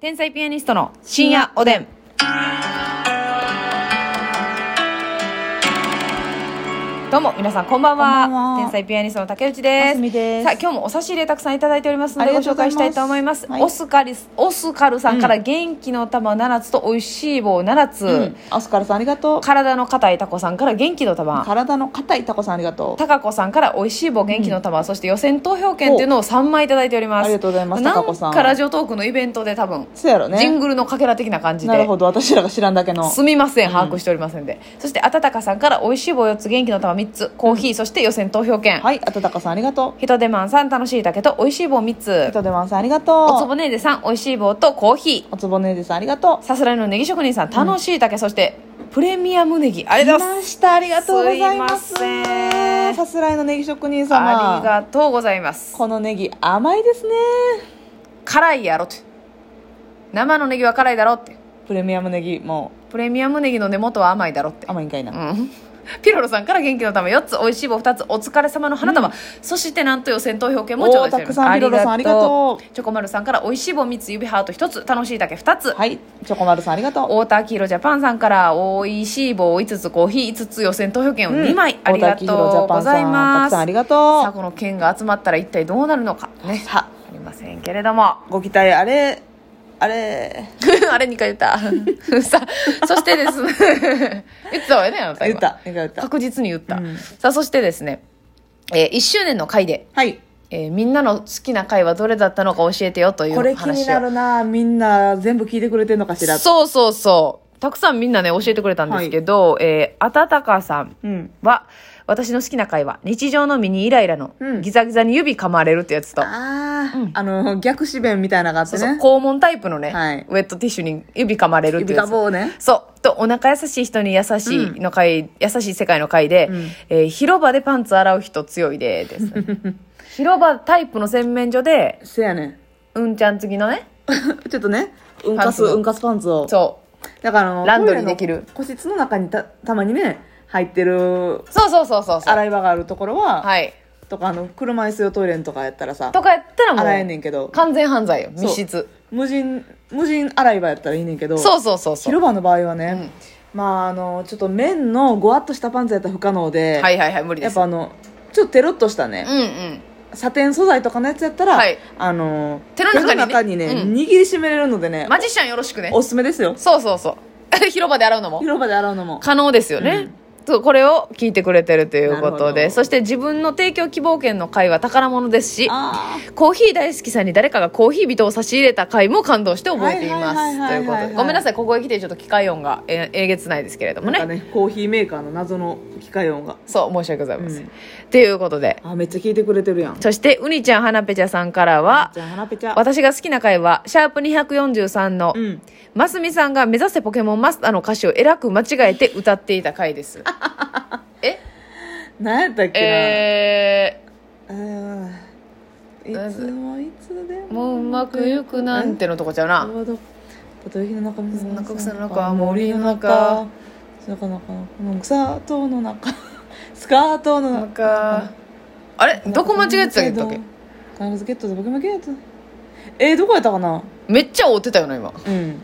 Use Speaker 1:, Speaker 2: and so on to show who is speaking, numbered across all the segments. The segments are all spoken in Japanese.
Speaker 1: 天才ピアニストの深夜おでん。どうも皆さんこんばんは
Speaker 2: こんばんは
Speaker 1: 天才ピアニストの竹内です
Speaker 2: ますみです
Speaker 1: さあ今日もお差し入れたくさんいただいておりますので
Speaker 2: あ
Speaker 1: ご
Speaker 2: りがとう
Speaker 1: 紹
Speaker 2: ござい
Speaker 1: 介し
Speaker 2: ます
Speaker 1: たいと思います、
Speaker 2: はい
Speaker 1: オスカリスオスカルさんから元気の玉7つと美味しい棒7つ、
Speaker 2: うん、アスカルさんありがとう
Speaker 1: 体の硬いタコさんから元気の玉
Speaker 2: 体の硬いタコさんありがとう
Speaker 1: タカ子さんから美味しい棒元気の玉、そして予選投票券っていうのを3枚いただいております
Speaker 2: おありがとうございます
Speaker 1: なん
Speaker 2: タカ子さん
Speaker 1: かラジオトークのイベントで多分、
Speaker 2: そうやろね
Speaker 1: ジングルのかけら的な感じで
Speaker 2: なるほど私らが知らんだけの
Speaker 1: すみません把握しておりませんで、そしてあたたかさんから美味しい棒4つ元気の玉3つコーヒー、そして予選投票券、
Speaker 2: はいあたたかさんありがと
Speaker 1: ヒトデマンさん楽しいだけと美味しい棒3
Speaker 2: うひ
Speaker 1: つ
Speaker 2: とでまんさんありがとう
Speaker 1: おつぼねーでさん美味しい棒とコーヒ
Speaker 2: おつぼねじさんありがと
Speaker 1: ー
Speaker 2: う
Speaker 1: さすらいのネギ職人さん楽しいだけ、そしてプレミアムネギありがとうございます
Speaker 2: ましたありがとうございます
Speaker 1: すいません
Speaker 2: さすらいのネギ職人様
Speaker 1: ありがとうございます
Speaker 2: このネギ甘いですね
Speaker 1: 辛いやろって生のネギは辛いだろって
Speaker 2: プレミアムネギも
Speaker 1: プレミアムネギの根元は甘いだろって
Speaker 2: う甘いんかいな、
Speaker 1: うんピロロさんから元気の玉4つ美味しい棒2つお疲れ様の花束、そしてなんと予選投票券も頂戴しております
Speaker 2: おーたくさんピロロさんありがと
Speaker 1: チョコマルさんから美味しい棒3つ指ハート1つ楽しい竹2つ、
Speaker 2: はいチョコマルさんありがとう
Speaker 1: 太田黄色ジャパンさんから美味しい棒5つコーヒー5つ予選投票券を2枚、ありがとうござい
Speaker 2: た
Speaker 1: ま
Speaker 2: く
Speaker 1: す
Speaker 2: さんありが
Speaker 1: さあ
Speaker 2: と
Speaker 1: この券が集まったら一体どうなるのか
Speaker 2: う
Speaker 1: ね
Speaker 2: さ
Speaker 1: ありませんけれども
Speaker 2: ご期待あれあれ
Speaker 1: あれ2回言ったさあそしてですね言ってたわよねあなた今
Speaker 2: 言った言った言った
Speaker 1: 確実に言った、
Speaker 2: うん
Speaker 1: さあそしてですね、え1周年の回で、
Speaker 2: はい
Speaker 1: えーみんなの好きな回はどれだったのか教えてよという話を
Speaker 2: これ気になるなみんな全部聞いてくれてんのかしら
Speaker 1: そうそうそうたくさんみんなね教えてくれたんですけど、えーあたたかさん
Speaker 2: うん
Speaker 1: は私の好きな回は日常のミニイライラの
Speaker 2: うん
Speaker 1: ギザギザに指噛まれるってやつと、
Speaker 2: ああ、
Speaker 1: うん
Speaker 2: あの逆四弁みたいなのがあっ
Speaker 1: そ
Speaker 2: て
Speaker 1: うそう
Speaker 2: ね
Speaker 1: 肛門タイプのね、
Speaker 2: はい
Speaker 1: ウェットティッシュに指噛まれるって
Speaker 2: 指
Speaker 1: いうや
Speaker 2: か
Speaker 1: つ
Speaker 2: ぼうね
Speaker 1: そう。と、お腹優しい人に優しいの会、優しい世界の会で、
Speaker 2: うん
Speaker 1: えー広場でパンツ洗う人強いで、です ね。広場タイプの洗面所で、
Speaker 2: せやねん
Speaker 1: うんちゃん付きのね、
Speaker 2: ちょっとねうんかす
Speaker 1: パンツを
Speaker 2: うんかすパンツを
Speaker 1: そ
Speaker 2: だからあの
Speaker 1: ランドリー
Speaker 2: トイレの
Speaker 1: できる
Speaker 2: 個室の中にたたまにね入ってる
Speaker 1: う。そうそうそうそうそう。
Speaker 2: 洗い場があるところは、
Speaker 1: はい。
Speaker 2: とかあの車椅子用トイレとかやったらさ
Speaker 1: とかやったらも
Speaker 2: 洗えんね
Speaker 1: う、
Speaker 2: んけど
Speaker 1: 完全犯罪よ、
Speaker 2: そう
Speaker 1: 密室。
Speaker 2: 無人無人洗い場やったらいいねんけど
Speaker 1: そうそうそうそう。
Speaker 2: 広場の場合はね、まああのちょっと綿のごわっとしたパンツやったら不可能で、
Speaker 1: はいはいはい、無理で
Speaker 2: やっ
Speaker 1: す。
Speaker 2: ぱあのちょっとテロッとしたね
Speaker 1: う、んうん。
Speaker 2: サテン素材とかのやつやったら、
Speaker 1: はい
Speaker 2: あの
Speaker 1: 手の中にね
Speaker 2: 手の中にね、
Speaker 1: うん
Speaker 2: 握りしめれるのでね
Speaker 1: マジシャンよろしくね。
Speaker 2: おすすめですよ
Speaker 1: そうそうそう。 広場で洗うのも。
Speaker 2: 広場で洗うのも
Speaker 1: 可能ですよね、そうこれを聞いてくれてるというこ
Speaker 2: なる
Speaker 1: と
Speaker 2: ほ
Speaker 1: で
Speaker 2: ど
Speaker 1: そして自分の提供希望券の回は宝物ですし
Speaker 2: あー
Speaker 1: コーヒー大好きさんに誰かがコーヒー人を差し入れた回も感動して覚えていま
Speaker 2: はい
Speaker 1: す
Speaker 2: は
Speaker 1: と
Speaker 2: いはいはいはい
Speaker 1: いうことでごめんなさいここへ来てちょっと機械音がええげつないですけれども
Speaker 2: なん
Speaker 1: ね
Speaker 2: かねコーヒーメーカーの謎の機械音が
Speaker 1: そう申し訳ございません、
Speaker 2: うん
Speaker 1: ということで
Speaker 2: あーめっちゃ聞いてくれてるやん
Speaker 1: そしてうにちゃんはなぺちゃさんからは
Speaker 2: じゃあはなぺちゃん
Speaker 1: 私が好きな回はシャープ243の
Speaker 2: うん
Speaker 1: ますみさんが「目指せポケモンマスター」の歌詞をえらく間違えて歌っていた回 ですえ
Speaker 2: 何やったっけな、
Speaker 1: えー、
Speaker 2: うーんいつもいつでも
Speaker 1: もううまくいくなんてのとこちゃうな。
Speaker 2: どたとえ火の中水の
Speaker 1: 中
Speaker 2: 中
Speaker 1: 草の中森の中
Speaker 2: なかなかこの草塔の中スカートの
Speaker 1: なん
Speaker 2: 中
Speaker 1: か、あれどこ間違えてたんだっけ
Speaker 2: 必ずゲットで僕もゲットえー、どこやったかな
Speaker 1: めっちゃ追ってたよな、今。
Speaker 2: うん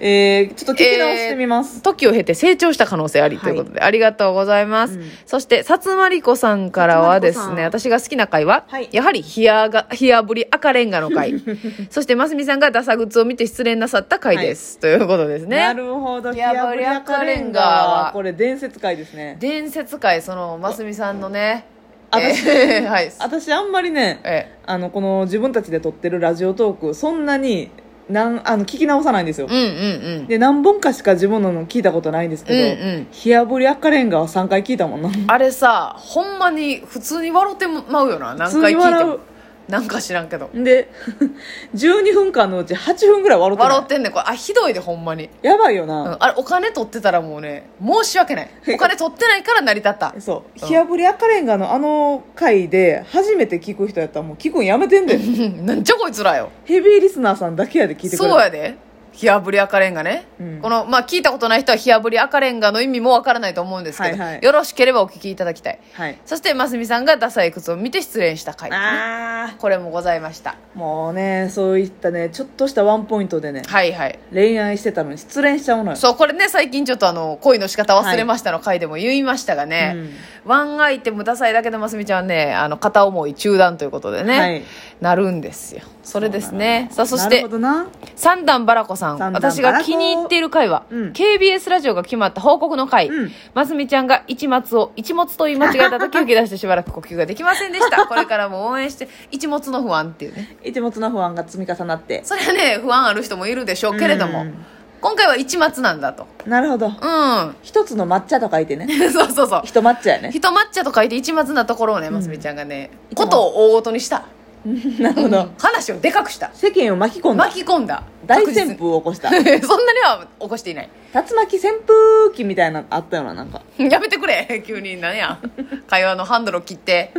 Speaker 2: えー、ちょっと聞き直してみます、
Speaker 1: 時を経て成長した可能性あり
Speaker 2: はい
Speaker 1: ということで、ありがとうございます。
Speaker 2: うん
Speaker 1: そして、さつまりこさんからはで
Speaker 2: さつ
Speaker 1: す
Speaker 2: ま
Speaker 1: ね、
Speaker 2: りこ
Speaker 1: 私が好きな回は、
Speaker 2: はい
Speaker 1: やはり冷やが、 冷やぶり赤レンガの 回。そして、ますみさんがダサグッズを見て失恋なさった回です。ということです
Speaker 2: な
Speaker 1: ね。
Speaker 2: るほど
Speaker 1: いや
Speaker 2: ヒヤブリアカレンガはこれ伝説界ですね
Speaker 1: 伝説回、その、ますみさんのね、
Speaker 2: 私
Speaker 1: えー はい。
Speaker 2: 私あんまりね
Speaker 1: え
Speaker 2: あのこの自分たちで撮ってるラジオトークそんなになんあの聞き直さないんですよ
Speaker 1: うんうんうん。
Speaker 2: で何本かしか自分のの聞いたことないんですけど、
Speaker 1: うんうん
Speaker 2: ヒヤブリ赤レンガは3回聞いたもんな
Speaker 1: あれさほんまに普通に笑ってまうよな何回聞いても
Speaker 2: 普通に笑
Speaker 1: なんか知らんけど
Speaker 2: うで 12分間のうち8分ぐらい笑ってない
Speaker 1: 笑ってんねんこれあひどいでほんまに、
Speaker 2: やばいよ
Speaker 1: うん
Speaker 2: な、
Speaker 1: あれお金取ってたらもうね申し訳 ないお金取ってないから成り立った
Speaker 2: そう、
Speaker 1: うん
Speaker 2: ヒヤブリ赤レンガのあの回で初めて聞く人やったらもう聞くんやめてんで
Speaker 1: うんなんじゃこいつらよ
Speaker 2: ヘビーリスナーさんだけやで聞いてくれ
Speaker 1: そうやで火炙り赤レンガね、
Speaker 2: うん
Speaker 1: この、まあ、聞いたことない人は火炙り赤レンガの意味もわからないと思うんですけど、
Speaker 2: はいはい
Speaker 1: よろしければお聞きいただきたい
Speaker 2: はい
Speaker 1: そしてますみさんがダサい靴を見て失恋した回
Speaker 2: あ
Speaker 1: これもございました
Speaker 2: ーもうねそういったねちょっとしたワンポイントでね
Speaker 1: はいはい
Speaker 2: 恋愛してたのに失恋しちゃうのよ
Speaker 1: そうこれね最近ちょっとあの恋の仕方忘れましたの回でも言いましたがね、ワンアイテムダサいだけでますみちゃんはねあの片思い中断ということでね、
Speaker 2: はい
Speaker 1: なるんですよそれですねさあそし
Speaker 2: なる
Speaker 1: て
Speaker 2: ほどな
Speaker 1: 三段バラコさん
Speaker 2: 三段
Speaker 1: 私
Speaker 2: バ
Speaker 1: が
Speaker 2: ラ子
Speaker 1: 気に入っている回は、
Speaker 2: うん
Speaker 1: KBS ラジオが決まった報告の回、
Speaker 2: うん
Speaker 1: ますみちゃんが一松を一物と言い間違えた時を吹き出してしばらく呼吸ができませんでした これからも応援して一物の不安っていうね
Speaker 2: 一物の不安が積み重なって
Speaker 1: それはね不安ある人もいるでしょうけれども、
Speaker 2: うん
Speaker 1: 今回は一松なんだと
Speaker 2: なるほど
Speaker 1: うん
Speaker 2: 一つの抹茶と書いてね
Speaker 1: そうそうそう
Speaker 2: 一抹茶やね
Speaker 1: 人抹茶と書いて一松なところをねますみちゃんがね、ことを大ごとにした
Speaker 2: なるほど
Speaker 1: 話をでかくした
Speaker 2: 世間を巻き込んだ
Speaker 1: 巻き込んだ
Speaker 2: 大
Speaker 1: 確実に
Speaker 2: 旋風を起こした
Speaker 1: そん
Speaker 2: 竜
Speaker 1: なに は起こしていない
Speaker 2: 巻旋風機みたいなのあったよななんか
Speaker 1: やめてくれ急に何や会話のハンドルを切って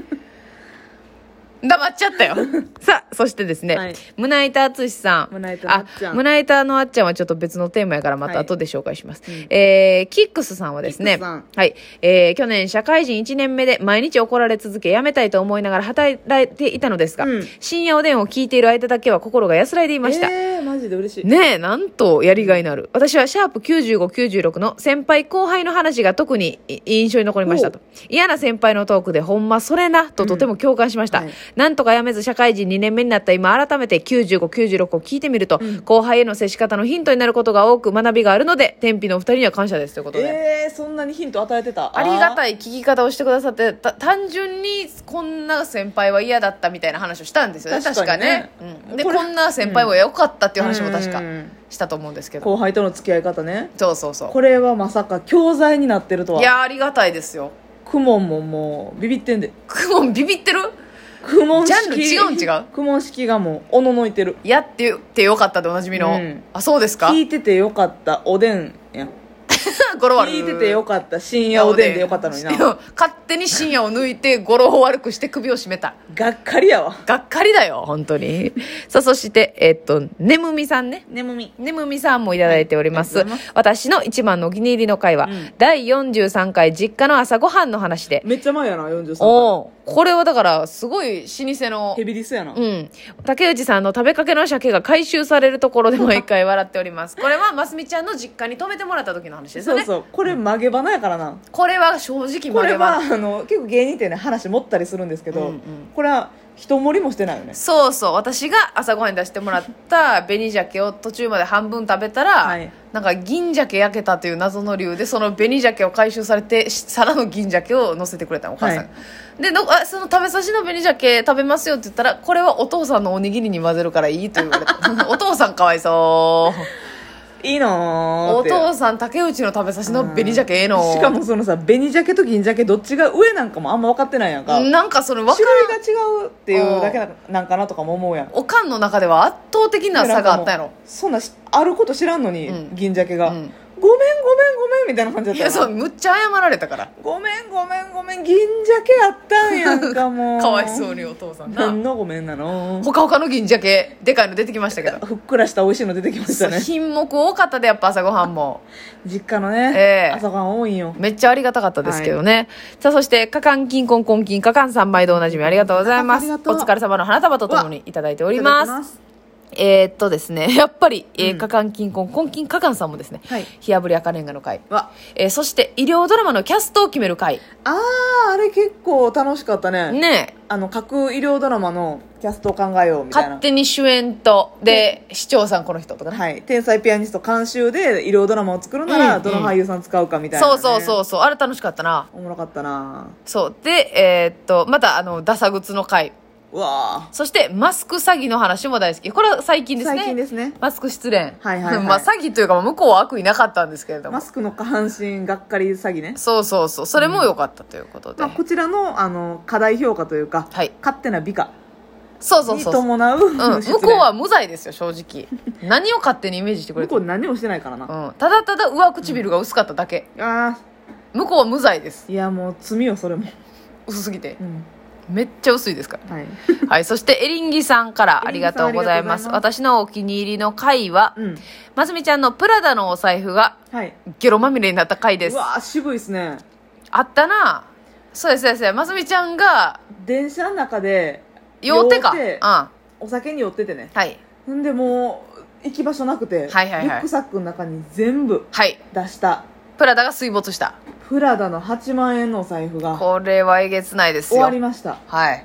Speaker 1: 黙っちゃった よさあそしてですね、
Speaker 2: はい
Speaker 1: 胸板淳さん
Speaker 2: 胸板のあっちゃん
Speaker 1: あ胸板のあっちゃんはちょっと別のテーマやからまた
Speaker 2: はい
Speaker 1: 後で紹介します、
Speaker 2: うん
Speaker 1: えーキックスさんはです
Speaker 2: キッ
Speaker 1: ね
Speaker 2: クスさん
Speaker 1: はい、えー去年社会人1年目で毎日怒られ続け辞めたいと思いながら働いていたのですが、
Speaker 2: うん
Speaker 1: 深夜おでんを聞いている間だけは心が安らいでいました、
Speaker 2: えー、マジで嬉しい、
Speaker 1: ねえ、なんとやりがいのある。私はシャープ95、96の先輩後輩の話が特にい印象に残りましたと。嫌な先輩のトークでほんまそれなととても共感しました。
Speaker 2: うんはい
Speaker 1: なんとか辞めず社会人2年目になった今改めて95、96を聞いてみると、後輩への接し方のヒントになることが多く学びがあるので、天日のお二人には感謝ですということで。
Speaker 2: えー、そんなにヒント与えてた
Speaker 1: ありが
Speaker 2: い
Speaker 1: たい聞き方をしてくださってた単純にこんな先輩は嫌だったみたいな話をしたんですよね確
Speaker 2: 確
Speaker 1: か
Speaker 2: かにね
Speaker 1: ねうんで
Speaker 2: これ
Speaker 1: こんな先輩は良かったっていう話も確か
Speaker 2: うん
Speaker 1: したと思うんですけど
Speaker 2: 後輩との付き合い方ね
Speaker 1: そうそうそう
Speaker 2: これはまさか教材になってると
Speaker 1: い
Speaker 2: は
Speaker 1: やーありがたいですよ
Speaker 2: クモンももうビビってんで
Speaker 1: クモンビビってる
Speaker 2: クモン式
Speaker 1: ジャンル違うん違う
Speaker 2: クモン式がもうおののいてる
Speaker 1: いやって言ってよかったでおなじみの、
Speaker 2: うん
Speaker 1: あそうですか
Speaker 2: 聞いててよかったおでんやん
Speaker 1: 語呂悪
Speaker 2: 聞いててよかった深夜おでんでよかったのにな
Speaker 1: 勝手に深夜を抜いて語呂を悪くして首を絞めた
Speaker 2: がっかりやわ
Speaker 1: がっかりだよ本当にさあそしてえっとねむみさんね
Speaker 2: 眠み
Speaker 1: ねむみさんもいただいております,、
Speaker 2: はいありがとうござい
Speaker 1: 私の一番のお気に入りの回は、
Speaker 2: うん
Speaker 1: 第43回実家の朝ごはんの話で
Speaker 2: めっちゃ前やな43歳
Speaker 1: おーこれはだからすごい老舗の
Speaker 2: ヘビリスやな、
Speaker 1: うん、竹内さんの食べかけの鮭が回収されるところで毎回笑っており ますこれはますみちゃんの実家に泊めてもらった時の話ですよ
Speaker 2: そう
Speaker 1: ね
Speaker 2: そうこれ曲げ花やからな
Speaker 1: これは正直
Speaker 2: こ
Speaker 1: ま
Speaker 2: れ
Speaker 1: で
Speaker 2: は
Speaker 1: は
Speaker 2: あの結構芸人ってね話持ったりするんですけど、
Speaker 1: うんうん
Speaker 2: これは人盛りもしてないよね
Speaker 1: そうそう私が朝ごはんに出してもらった紅鮭を途中まで半分食べたら、
Speaker 2: はい
Speaker 1: なんか銀鮭焼けたという謎の理由でその紅鮭を回収されて し皿の銀鮭を乗せてくれたのお母さんが、
Speaker 2: は
Speaker 1: でのあその食べさしの紅鮭食べますよって言ったらこれはお父さんのおにぎりに混ぜるからいいと言われ たお父さんかわいそう
Speaker 2: いいのー
Speaker 1: お
Speaker 2: って
Speaker 1: 父さん竹内の食べさしの紅鮭ええの
Speaker 2: しかもそのさ紅鮭と銀鮭どっちが上なんかもあんま分かってないやんか種類
Speaker 1: なんかそのわか
Speaker 2: が違うっていうだけななんかなとかも思うやん
Speaker 1: おかんの中では圧倒的な差があったやろ
Speaker 2: そんなしあること知らんのに、
Speaker 1: うん
Speaker 2: 銀鮭が、
Speaker 1: うん
Speaker 2: ごめんごめんごめんみたいな感じだっ
Speaker 1: い
Speaker 2: た
Speaker 1: や
Speaker 2: よな
Speaker 1: そうむっちゃ謝られたから
Speaker 2: ごめんごめんごめん銀鮭やったんやんかもう
Speaker 1: かわいそうにお父さんな
Speaker 2: 何のごめんなの
Speaker 1: ほかほかの銀鮭でかいの出てきましたけど
Speaker 2: ふっくらした美味しいの出てきましたね
Speaker 1: 品目多かったでやっぱ朝ごはんも
Speaker 2: 実家のね、
Speaker 1: ええ
Speaker 2: 朝ごはん多いんよ
Speaker 1: めっちゃありがたかったですけどね、さあそしてかかんきんこんこんきんかかん三枚でおなじみありがとうございます
Speaker 2: あり
Speaker 1: お
Speaker 2: がとう
Speaker 1: 疲れ様の花束とともにいただいております
Speaker 2: いただきす
Speaker 1: えー、っとですねやっぱり、え
Speaker 2: う
Speaker 1: ー、
Speaker 2: ん
Speaker 1: かかんきんこんこんきんかかんさんもですね、
Speaker 2: はい
Speaker 1: 火あぶり赤レンガの会
Speaker 2: わ
Speaker 1: えーそして医療ドラマのキャストを決める会
Speaker 2: あーあれ結構楽しかったね
Speaker 1: ね
Speaker 2: あの各医療ドラマのキャストを考えようみたい
Speaker 1: 勝
Speaker 2: な
Speaker 1: 手に主演とで市長さんこの人とかね、
Speaker 2: はい、天才ピアニスト監修で医療ドラマを作るな
Speaker 1: うんう
Speaker 2: ら
Speaker 1: ん
Speaker 2: どの俳優さん使うかみたいな、ね
Speaker 1: そうそうそうそうあれ楽しかったな
Speaker 2: おもろかったな
Speaker 1: そうでえーっとまたあのダサグツの会
Speaker 2: うわ
Speaker 1: そしてマスク詐欺の話も大好きこれは最近
Speaker 2: ー
Speaker 1: ですね
Speaker 2: 最近ですね
Speaker 1: マスク失恋、
Speaker 2: はいはいはい
Speaker 1: まあ詐欺というかまあ向こうは悪意なかったんですけれども
Speaker 2: マスクの下半身がっかり詐欺ね、
Speaker 1: そうそうそうそれも良かったということで、
Speaker 2: まあ、こちらのあの課題評価というか、
Speaker 1: はい
Speaker 2: 勝手な美化
Speaker 1: そうそう
Speaker 2: に
Speaker 1: そうそう
Speaker 2: 伴
Speaker 1: う
Speaker 2: う、
Speaker 1: ん、
Speaker 2: 失礼
Speaker 1: 向こうは無罪ですよ正 直何を勝手にイメージしてくれ
Speaker 2: 向
Speaker 1: て
Speaker 2: こう
Speaker 1: る、
Speaker 2: 何もしてないからな、
Speaker 1: うん、ただただ上唇が薄かっただけ、
Speaker 2: ああ
Speaker 1: 向こうは無罪です
Speaker 2: いやもう罪よそれも、
Speaker 1: 薄すぎて
Speaker 2: うん
Speaker 1: めっちゃ薄いです から
Speaker 2: はい、
Speaker 1: はい、そしてエリンギさんからありがとうございます。
Speaker 2: エリンギさんありがとうございま
Speaker 1: 私のお気に入りの回は、
Speaker 2: うん
Speaker 1: まずみちゃんのプラダのお財布が
Speaker 2: はい、
Speaker 1: ゲロまみれになった回で
Speaker 2: う
Speaker 1: す。
Speaker 2: わー渋いですね
Speaker 1: あったな。そうですそうです。まずみちゃんが、
Speaker 2: 電車の中で
Speaker 1: 用手か。
Speaker 2: 酔うて
Speaker 1: う
Speaker 2: お酒に寄っててね
Speaker 1: ん。はい。
Speaker 2: んでもう行き場所なくて、
Speaker 1: はいはいはい
Speaker 2: リュックサックの中に全部
Speaker 1: はい。
Speaker 2: 出した
Speaker 1: プラダが水没した。
Speaker 2: プラダの8万円のお財布が
Speaker 1: これはえげつないです
Speaker 2: 終
Speaker 1: よ
Speaker 2: わり。ました
Speaker 1: はい。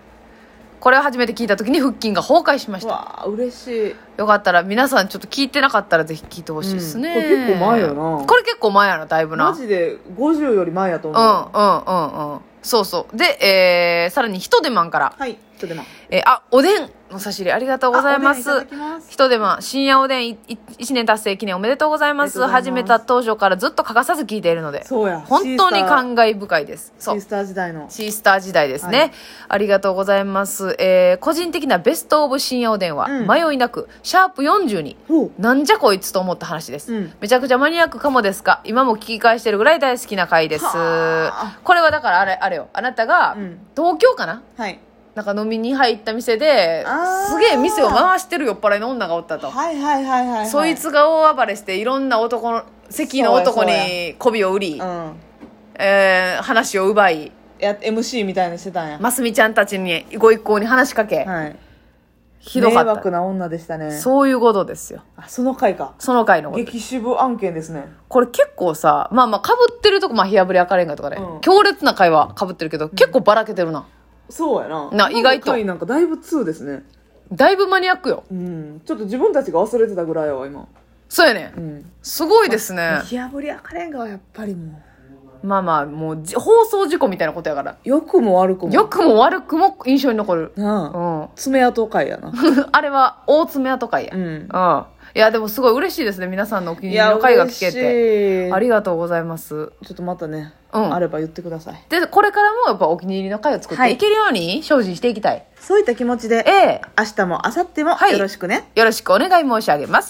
Speaker 1: これを初めて聞いた時に腹筋が崩壊しまし
Speaker 2: う
Speaker 1: た。
Speaker 2: わー嬉しい
Speaker 1: よかったら皆さんちょっと聞いてなかったらぜひ聞いてほしいですね、
Speaker 2: うんこれ結構前やな
Speaker 1: これ結構前やな、だいぶな。
Speaker 2: マジで50より前やと
Speaker 1: う
Speaker 2: 思
Speaker 1: んうん
Speaker 2: う、
Speaker 1: うんうんそうそうで、えー、さらにヒトデマンから、
Speaker 2: はいちょっとな
Speaker 1: えーあおでんの差し入れありがとうございま
Speaker 2: あお願
Speaker 1: す
Speaker 2: いいただきます
Speaker 1: ヒトデマン深夜おでんいい1年達成記念おめでとうございます
Speaker 2: ありがとうござ
Speaker 1: 始
Speaker 2: います
Speaker 1: めた当初からずっと欠かさず聞いているので
Speaker 2: そうや
Speaker 1: 本当に感慨深いです
Speaker 2: シ
Speaker 1: そう
Speaker 2: ースター時代の
Speaker 1: シースター時代ですね、
Speaker 2: はい
Speaker 1: ありがとうございます、えー、個人的なベストオブ深夜おでんは、
Speaker 2: うん
Speaker 1: 迷いなくシャープ40に
Speaker 2: ほう
Speaker 1: なんじゃこいつと思った話です、
Speaker 2: うん
Speaker 1: めちゃくちゃマニアックかもですが今も聞き返してるぐらい大好きな回です
Speaker 2: はあ
Speaker 1: これはだからあれあれよあなたが
Speaker 2: うん
Speaker 1: 東京かな
Speaker 2: はい
Speaker 1: なんか飲みに入った店で
Speaker 2: あー
Speaker 1: すげえ店を回してる酔っ払いの女がおったと、
Speaker 2: はいはいはいはいはい
Speaker 1: そいつが大暴れしていろんな男の席の男
Speaker 2: そうやそう
Speaker 1: に媚びを売り
Speaker 2: う、ん
Speaker 1: えー話を奪い
Speaker 2: や MC みたいにしてたんや、
Speaker 1: 真澄ちゃんたちにご一行に話しかけ、
Speaker 2: はい
Speaker 1: ひどか
Speaker 2: 迷
Speaker 1: っ
Speaker 2: 惑な女でしたね
Speaker 1: たそういうことですよ
Speaker 2: あその回か
Speaker 1: その回のこと
Speaker 2: 激渋案件ですね
Speaker 1: これ結構さまあまあかぶってるとこまあ火あぶり赤レンガとかで、
Speaker 2: うん
Speaker 1: 強烈な会話かぶってるけど結構ばらけてるな、
Speaker 2: そうやな
Speaker 1: な意外と
Speaker 2: 今の回なんかだいぶ2ですね
Speaker 1: だいぶマニアックよ
Speaker 2: うんちょっと自分たちが忘れてたぐらいは今
Speaker 1: そうやねん
Speaker 2: うん
Speaker 1: すごいですね、
Speaker 2: 火あぶり赤レンガはやっぱりも
Speaker 1: まあまあもうじ放送事故みたいなことやから
Speaker 2: う良くも悪くも
Speaker 1: 良くも悪くも印象に残る
Speaker 2: な
Speaker 1: う
Speaker 2: あ、
Speaker 1: ん
Speaker 2: 爪痕回やな
Speaker 1: あれは大爪痕会や
Speaker 2: う
Speaker 1: うん
Speaker 2: ん
Speaker 1: いやでもすごい嬉し いですね皆さんのお気に入りの会が聞けて
Speaker 2: て
Speaker 1: ありがとうございます
Speaker 2: ちょっとまたね、
Speaker 1: うん
Speaker 2: あれば言ってください
Speaker 1: でこれからもやっぱお気に入りの会を作っ
Speaker 2: は
Speaker 1: て
Speaker 2: い
Speaker 1: いけるように精進していきたい、
Speaker 2: そういった気持ちで
Speaker 1: ええ
Speaker 2: 明日も明後日も
Speaker 1: はい
Speaker 2: よろしくね、
Speaker 1: よろしくお願い申し上げます